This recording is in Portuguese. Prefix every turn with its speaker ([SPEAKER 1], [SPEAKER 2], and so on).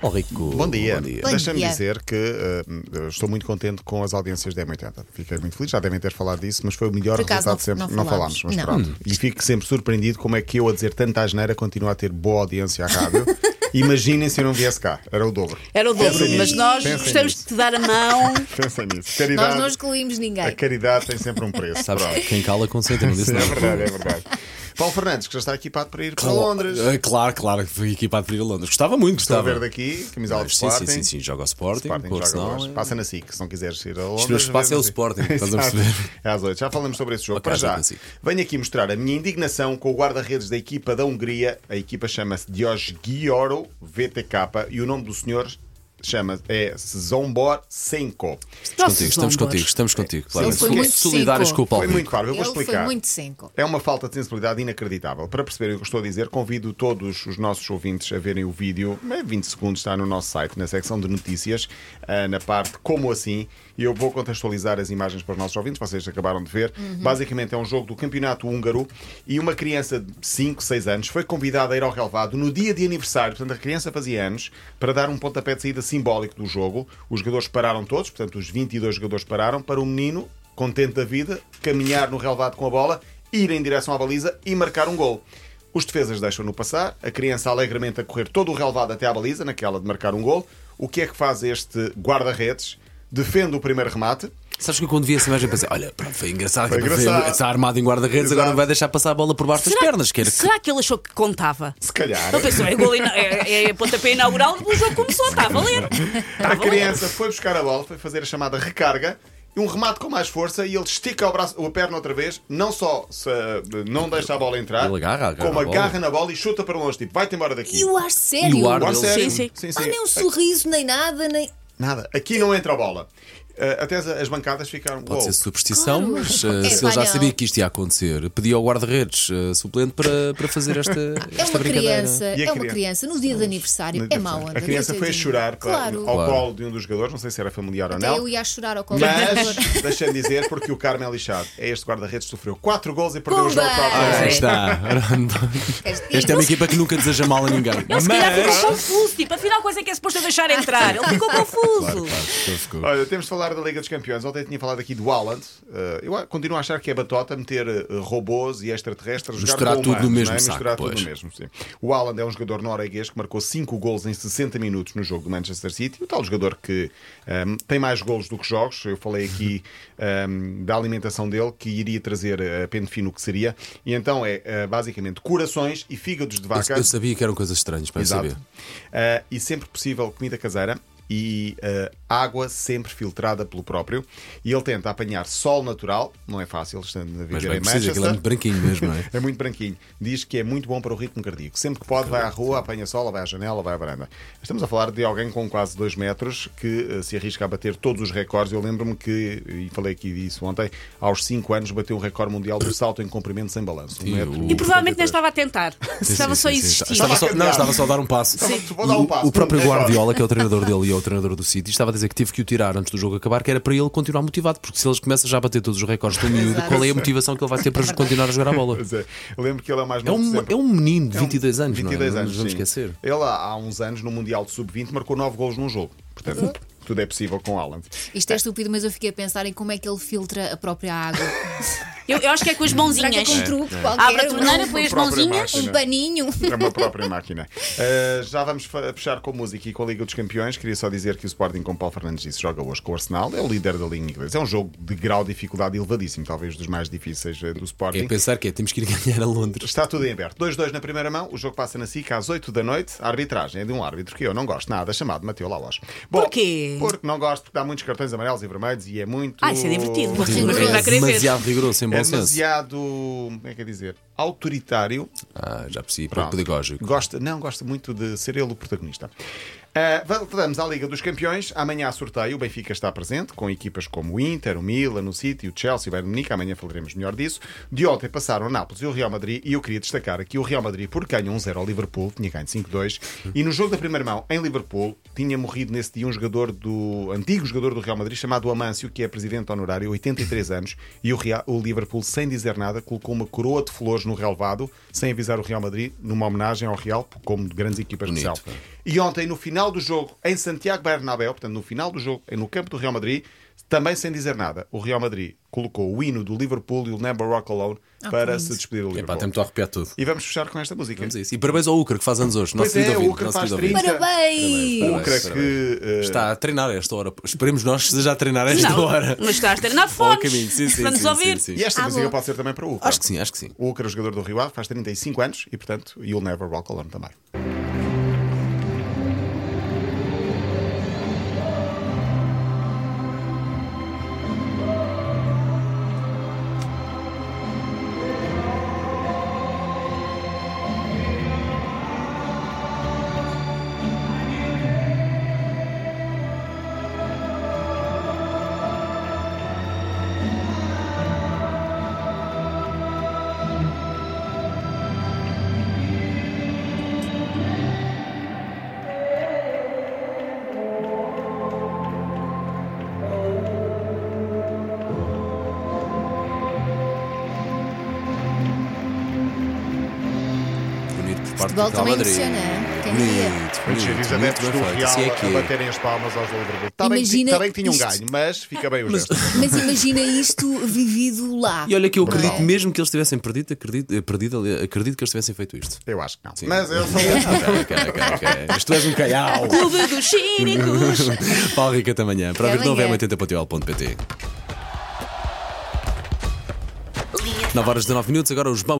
[SPEAKER 1] Oh, Rico.
[SPEAKER 2] Bom dia.
[SPEAKER 1] Bom dia.
[SPEAKER 3] Bom
[SPEAKER 2] Deixa-me
[SPEAKER 3] dia.
[SPEAKER 2] dizer que eh, estou muito contente com as audiências da M80. Fiquei muito feliz, já devem ter falado disso, mas foi o melhor
[SPEAKER 3] Por acaso
[SPEAKER 2] resultado
[SPEAKER 3] não-
[SPEAKER 2] sempre.
[SPEAKER 3] não
[SPEAKER 2] falámos, mas
[SPEAKER 3] falámos, não.
[SPEAKER 2] pronto. E fico sempre surpreendido como é que eu, a dizer tanta asneira, continuo a ter boa audiência à rádio. Imaginem se eu não viesse cá, era o dobro.
[SPEAKER 4] Era o dobro,
[SPEAKER 2] Pensem
[SPEAKER 4] mas
[SPEAKER 2] nisso,
[SPEAKER 4] nós
[SPEAKER 2] pensem
[SPEAKER 4] gostamos de
[SPEAKER 2] nisso.
[SPEAKER 4] te dar a mão.
[SPEAKER 2] Pensem nisso.
[SPEAKER 3] Nós
[SPEAKER 2] Caridade,
[SPEAKER 3] não excluímos
[SPEAKER 2] a
[SPEAKER 3] ninguém.
[SPEAKER 2] caridade tem sempre um preço.
[SPEAKER 1] Sabes,
[SPEAKER 2] pronto.
[SPEAKER 1] quem cala consente, não disse
[SPEAKER 2] É
[SPEAKER 1] nada.
[SPEAKER 2] verdade, é verdade. Paulo Fernandes, que já está equipado para ir para Londres.
[SPEAKER 1] Ah, Claro, claro, que fui equipado para ir a Londres. Gostava muito,
[SPEAKER 2] Estou a
[SPEAKER 1] gostava.
[SPEAKER 2] ver daqui, camisola do
[SPEAKER 1] Mas Ah, sim,
[SPEAKER 2] Sporting.
[SPEAKER 1] sim, sim, sim, joga ao Sporting,
[SPEAKER 2] Sporting
[SPEAKER 1] por
[SPEAKER 2] joga
[SPEAKER 1] sinal.
[SPEAKER 2] hoje. Passa na SIC, se não quiseres ir a Londres.
[SPEAKER 1] meu espaço
[SPEAKER 2] vê
[SPEAKER 1] é o
[SPEAKER 2] na SIC.
[SPEAKER 1] Sporting, estás a
[SPEAKER 2] Exato.
[SPEAKER 1] perceber?
[SPEAKER 2] É às 8. Já falamos sobre esse jogo.
[SPEAKER 1] Ok,
[SPEAKER 2] Para
[SPEAKER 1] já
[SPEAKER 2] já,
[SPEAKER 1] consigo.
[SPEAKER 2] venho aqui mostrar a minha indignação com o guarda-redes da equipa da Hungria. A equipa chama-se Diosgioro VTK e o nome do senhor chama é Zombor Senko.
[SPEAKER 4] Nossos
[SPEAKER 1] Estamos
[SPEAKER 4] ombros.
[SPEAKER 1] contigo, estamos contigo,
[SPEAKER 2] Ele
[SPEAKER 1] claro.
[SPEAKER 2] foi muito
[SPEAKER 1] Solidários
[SPEAKER 3] seco.
[SPEAKER 1] com o Paulo.
[SPEAKER 2] Foi muito claro, eu vou
[SPEAKER 3] Ele foi
[SPEAKER 2] explicar.
[SPEAKER 3] muito cinco.
[SPEAKER 2] É uma falta de sensibilidade inacreditável. Para perceberem o que estou a dizer, convido todos os nossos ouvintes a verem o vídeo. É 20 segundos, está no nosso site, na secção de notícias, ah, na parte Como Assim. E eu vou contextualizar as imagens para os nossos ouvintes, vocês acabaram de ver. Basicamente é um jogo do Campeonato Húngaro e uma criança de 5, 6 anos foi convidada a ir ao relvado no dia de aniversário, portanto a criança fazia anos, para dar um pontapé de saída simbólico do jogo. Os jogadores pararam todos, portanto os 22 jogadores pararam para o menino contente da vida, caminhar no relvado com a bola, ir em direção à baliza e marcar um gol. Os defesas deixam-no passar, a criança alegremente a correr todo o relvado até à baliza, naquela de marcar um gol. O que é que faz este guarda-redes? Defende o primeiro remate,
[SPEAKER 1] Sabes que eu quando vi essa imagem pensei, olha, pá, foi engraçado,
[SPEAKER 2] Foi
[SPEAKER 1] foi
[SPEAKER 2] engraçado.
[SPEAKER 1] está armado em guarda-redes, agora
[SPEAKER 2] Exato.
[SPEAKER 1] não vai deixar passar a bola por baixo das pernas, que era que
[SPEAKER 4] Será que ele achou que contava?
[SPEAKER 2] se calhar.
[SPEAKER 4] Ele pensou, é, gol ina- é, é pontapé inaugural, o jogo começou, está a valer. Está a
[SPEAKER 2] A
[SPEAKER 4] valer.
[SPEAKER 2] criança foi buscar a bola, foi fazer a chamada recarga. e Um remate com mais força e ele estica o braço, a perna outra vez, não só se, eh, não deixa a bola entrar,
[SPEAKER 1] Ele agarra, agarra
[SPEAKER 2] como
[SPEAKER 1] a bola.
[SPEAKER 2] agarra na bola e chuta para longe, tipo, vai-te embora daqui.
[SPEAKER 3] E o ar sério?
[SPEAKER 1] E o ar
[SPEAKER 2] Agora,
[SPEAKER 1] dele.
[SPEAKER 2] sério.
[SPEAKER 4] Sim, sim.
[SPEAKER 2] Sim,
[SPEAKER 3] Ah,
[SPEAKER 2] sim.
[SPEAKER 3] nem um sorriso, nem nada, nem.
[SPEAKER 2] Nada. Aqui não entra a bola. Eh, até as, as bancadas ficaram.
[SPEAKER 1] pode
[SPEAKER 2] "Uou."
[SPEAKER 1] ser superstição,
[SPEAKER 3] Claro.
[SPEAKER 1] mas uh,
[SPEAKER 3] É,
[SPEAKER 1] se ele
[SPEAKER 3] pá,
[SPEAKER 1] já
[SPEAKER 3] não.
[SPEAKER 1] sabia que isto ia acontecer, pediu ao guarda-redes uh, suplente para, para fazer esta,
[SPEAKER 3] É
[SPEAKER 1] esta
[SPEAKER 3] uma
[SPEAKER 1] brincadeira.
[SPEAKER 3] criança,
[SPEAKER 2] E a
[SPEAKER 3] é uma
[SPEAKER 2] criança?
[SPEAKER 3] criança, no dia de aniversário, é mau onda.
[SPEAKER 2] A criança foi a
[SPEAKER 3] coitadinho.
[SPEAKER 2] chorar para-
[SPEAKER 3] Claro,
[SPEAKER 2] ao
[SPEAKER 1] Claro.
[SPEAKER 2] colo de um dos jogadores, não sei se era familiar ou
[SPEAKER 3] até
[SPEAKER 2] não. é?
[SPEAKER 3] eu ia a chorar ao colo do jogador.
[SPEAKER 2] Mas, deixa-me dizer, porque o Carmo é lixado. É este guarda-redes que sofreu 4 gols e perdeu o
[SPEAKER 3] Pumba!
[SPEAKER 2] jogo para a
[SPEAKER 1] Ah,
[SPEAKER 2] Austrália.
[SPEAKER 1] aí está. Esta é uma equipa que nunca deseja mal a ninguém.
[SPEAKER 4] Ele se calhar
[SPEAKER 1] Mas-
[SPEAKER 4] ficou confuso, tipo, afinal, coisa é que é suposto eu deixar entrar. Ele ficou confuso.
[SPEAKER 2] Olha, temos de falar da Liga dos Campeões. Ontem tinha falado aqui do Haaland. Eh, eu a- continuo a achar que é batota meter eh, robôs e extraterrestres. jogar
[SPEAKER 1] Misturar
[SPEAKER 2] com
[SPEAKER 1] tudo no mesmo
[SPEAKER 2] humanos, não é?
[SPEAKER 1] saco,
[SPEAKER 2] Misturar tudo
[SPEAKER 1] pois.
[SPEAKER 2] no mesmo, sim. O Haaland é um jogador norueguês que marcou 5 golos em 60 minutos no jogo do Manchester City. O tal jogador que ehm, tem mais golos do que jogos. Eu falei aqui ehm, da alimentação dele, que iria trazer eh, a pente fino o que seria. E então é eh, basicamente corações e fígados de vaca.
[SPEAKER 1] Eu, eu sabia que eram coisas estranhas para eu
[SPEAKER 2] Exato.
[SPEAKER 1] saber.
[SPEAKER 2] Ah, e sempre possível comida caseira e ah, água sempre filtrada pelo próprio. E ele tenta apanhar sol natural, não é fácil, estando a
[SPEAKER 1] Mas
[SPEAKER 2] viver
[SPEAKER 1] bem,
[SPEAKER 2] em
[SPEAKER 1] precisa, aquilo é muito
[SPEAKER 2] Manchester.
[SPEAKER 1] branquinho mesmo, não é?
[SPEAKER 2] É muito branquinho. Diz que é muito bom para o ritmo cardíaco. Sempre que pode, vai à rua, apanha sol, vai à janela, vai à varanda. Estamos a falar de alguém com quase 2 metros que ah, se arrisca a bater todos os recordes. Eu lembro-me que, e falei aqui disso ontem, aos 5 anos bateu o recorde mundial do salto em comprimento sem balanço. Um
[SPEAKER 1] Sim,
[SPEAKER 2] metro
[SPEAKER 1] o-
[SPEAKER 4] E provavelmente nem
[SPEAKER 2] 73.
[SPEAKER 4] estava a tentar. Estava
[SPEAKER 1] Sim,
[SPEAKER 4] só a
[SPEAKER 1] sim, sim.
[SPEAKER 4] existir.
[SPEAKER 1] Estava só- não,
[SPEAKER 2] Estava a
[SPEAKER 1] estava só a dar um passo.
[SPEAKER 2] Sim. Vou
[SPEAKER 1] E
[SPEAKER 2] dar um
[SPEAKER 1] o-
[SPEAKER 2] passo.
[SPEAKER 1] O próprio
[SPEAKER 2] É claro.
[SPEAKER 1] Guardiola, que é o treinador dele e é o treinador do City, estava a dizer que tive que o tirar antes do jogo acabar, que era para ele continuar motivado, porque se eles começam já a bater todos os recordes do miúdo,
[SPEAKER 3] Exato.
[SPEAKER 1] qual é a motivação que ele vai ter para continuar a jogar a bola?
[SPEAKER 2] Pois é. Eu lembro que ele é o mais
[SPEAKER 1] É
[SPEAKER 2] novo de
[SPEAKER 1] um,
[SPEAKER 2] sempre.
[SPEAKER 1] é um menino de
[SPEAKER 2] É um-
[SPEAKER 1] 22 anos, não é?
[SPEAKER 2] 22
[SPEAKER 1] Não
[SPEAKER 2] anos,
[SPEAKER 1] nos vamos
[SPEAKER 2] sim.
[SPEAKER 1] esquecer.
[SPEAKER 2] Ele, há há uns anos, no Mundial de Sub-20, marcou 9 golos num jogo. Portanto, tudo é possível com Alan.
[SPEAKER 3] Isto é estúpido, mas eu fiquei a pensar em como é que ele filtra a própria água.
[SPEAKER 4] Eu, eu acho que é com as
[SPEAKER 3] Será que é
[SPEAKER 4] mãozinhas.
[SPEAKER 3] com um truque qualquer?
[SPEAKER 4] Abre a torneira,
[SPEAKER 3] Um-
[SPEAKER 4] põe as
[SPEAKER 2] própria
[SPEAKER 4] mãozinhas.
[SPEAKER 2] máquina.
[SPEAKER 3] um paninho.
[SPEAKER 2] É uma própria máquina. Uh, já vamos fa- fechar com música e com a Liga dos Campeões. Queria só dizer que o Sporting, como Paulo Fernandes disse, joga hoje com o Arsenal. É o líder da linha inglesa. É um jogo de grau de dificuldade elevadíssimo, talvez dos mais difíceis eh, do Sporting.
[SPEAKER 1] É pensar que é, temos que ir ganhar a Londres.
[SPEAKER 2] Está tudo em aberto. 2-2 na primeira mão, o jogo passa na SIC às 8 da noite. A arbitragem é de um árbitro que eu não gosto nada, chamado Mateu Lalos. Bom,
[SPEAKER 4] Porquê?
[SPEAKER 2] Porque não gosto, porque dá muitos cartões amarelos e vermelhos e é muito.
[SPEAKER 4] Ah, isso é divertido. Mas
[SPEAKER 3] Rigoroso.
[SPEAKER 4] vai
[SPEAKER 1] É
[SPEAKER 4] querer ver.
[SPEAKER 1] demasiado rigoroso, em bom
[SPEAKER 2] É
[SPEAKER 1] senso.
[SPEAKER 2] demasiado. Como é que é dizer? Autoritário.
[SPEAKER 1] Ah, já percebi, pouco
[SPEAKER 2] Pronto.
[SPEAKER 1] pedagógico.
[SPEAKER 2] Gosta, não, gosta muito de ser ele o protagonista. Ah, voltamos à Liga dos Campeões. Amanhã há sorteio. O Benfica está presente com equipas como o Inter, o Milan, o City, o Chelsea, o Bayern de Munique. Amanhã falaremos melhor disso. De ontem passaram o Nápoles e o Real Madrid. E eu queria destacar aqui o Real Madrid porque ganhou 1-0 ao Liverpool. Tinha ganho 5-2. E no jogo da primeira mão, em Liverpool, tinha morrido nesse dia um jogador do... Antigo jogador do Real Madrid chamado Amâncio, que é presidente honorário, 83 anos. E o, Real- o Liverpool, sem dizer nada, colocou uma coroa de flores no relvado, sem avisar o Real Madrid, numa homenagem ao Real, como de grandes equipas de
[SPEAKER 1] Bonito,
[SPEAKER 2] são. E ontem, no final final do jogo, em Santiago Bernabéu, portanto, no final do jogo, no campo do Real Madrid, também sem dizer nada, o Real Madrid colocou o hino do Liverpool e o Never Rock Alone
[SPEAKER 3] Ah,
[SPEAKER 2] para
[SPEAKER 3] que
[SPEAKER 2] se
[SPEAKER 3] lindo.
[SPEAKER 2] despedir do
[SPEAKER 1] Epá,
[SPEAKER 2] Liverpool.
[SPEAKER 1] temos de arrepiar tudo.
[SPEAKER 2] E vamos fechar com esta música.
[SPEAKER 1] Vamos a isso. E parabéns ao Ucra que faz anos hoje.
[SPEAKER 2] Pois
[SPEAKER 1] Nosso
[SPEAKER 2] é,
[SPEAKER 1] querido
[SPEAKER 2] o
[SPEAKER 1] ouvinte,
[SPEAKER 2] Ucra
[SPEAKER 1] nosso
[SPEAKER 2] faz
[SPEAKER 1] querido ouvinte.
[SPEAKER 2] 30.
[SPEAKER 3] Parabéns!
[SPEAKER 2] O
[SPEAKER 1] Parabéns, parabéns.
[SPEAKER 2] creio que eh,
[SPEAKER 1] Está a treinar a esta hora. Esperemos nós que esteja a treinar a esta
[SPEAKER 4] Não,
[SPEAKER 1] hora.
[SPEAKER 4] mas estás a ter na
[SPEAKER 1] Ao
[SPEAKER 4] fome.
[SPEAKER 1] caminho, sim, sim.
[SPEAKER 4] Para nos
[SPEAKER 1] sim,
[SPEAKER 4] ouvir.
[SPEAKER 1] sim,
[SPEAKER 2] E
[SPEAKER 1] sim.
[SPEAKER 2] esta
[SPEAKER 3] Ah,
[SPEAKER 2] música
[SPEAKER 3] boa.
[SPEAKER 2] pode ser também para o Ucra.
[SPEAKER 1] Acho que sim, acho que sim.
[SPEAKER 2] O Ucra, jogador do Rio Ave, faz 35 anos e, portanto, You'll Never Walk Alone também.
[SPEAKER 1] Bonito por parte
[SPEAKER 3] Futebol
[SPEAKER 1] do Real
[SPEAKER 3] também
[SPEAKER 1] Madrid.
[SPEAKER 3] emociona, hein? Quem diria?
[SPEAKER 1] Bonito,
[SPEAKER 2] Muitos
[SPEAKER 1] bonito,
[SPEAKER 2] adeptos
[SPEAKER 1] muito
[SPEAKER 2] adeptos do
[SPEAKER 1] bem feito.
[SPEAKER 2] Real
[SPEAKER 1] Assim é
[SPEAKER 2] a
[SPEAKER 1] que é.
[SPEAKER 2] baterem as palmas aos do Liverpool. Está bem, que ti-
[SPEAKER 3] Imagina
[SPEAKER 2] está bem que tinha um
[SPEAKER 3] isto.
[SPEAKER 2] ganho, mas fica bem o gesto.
[SPEAKER 3] Mas imagina isto vivido lá.
[SPEAKER 1] E olha que eu
[SPEAKER 3] não
[SPEAKER 1] acredito
[SPEAKER 3] é?
[SPEAKER 1] mesmo que eles tivessem perdido, acredito, eh, perdido, ali, acredito que eles tivessem feito isto.
[SPEAKER 2] Eu acho que não.
[SPEAKER 1] Sim.
[SPEAKER 2] Mas eu sou.
[SPEAKER 1] ok, ok, ok, ok. Mas tu és um caial.
[SPEAKER 4] Clube dos Cínicos.
[SPEAKER 1] Paulo Rica até amanhã. Para
[SPEAKER 3] Até
[SPEAKER 1] ouvir de novo é
[SPEAKER 3] amanhã.
[SPEAKER 1] 80.pt. 9 horas e 19 minutos, agora os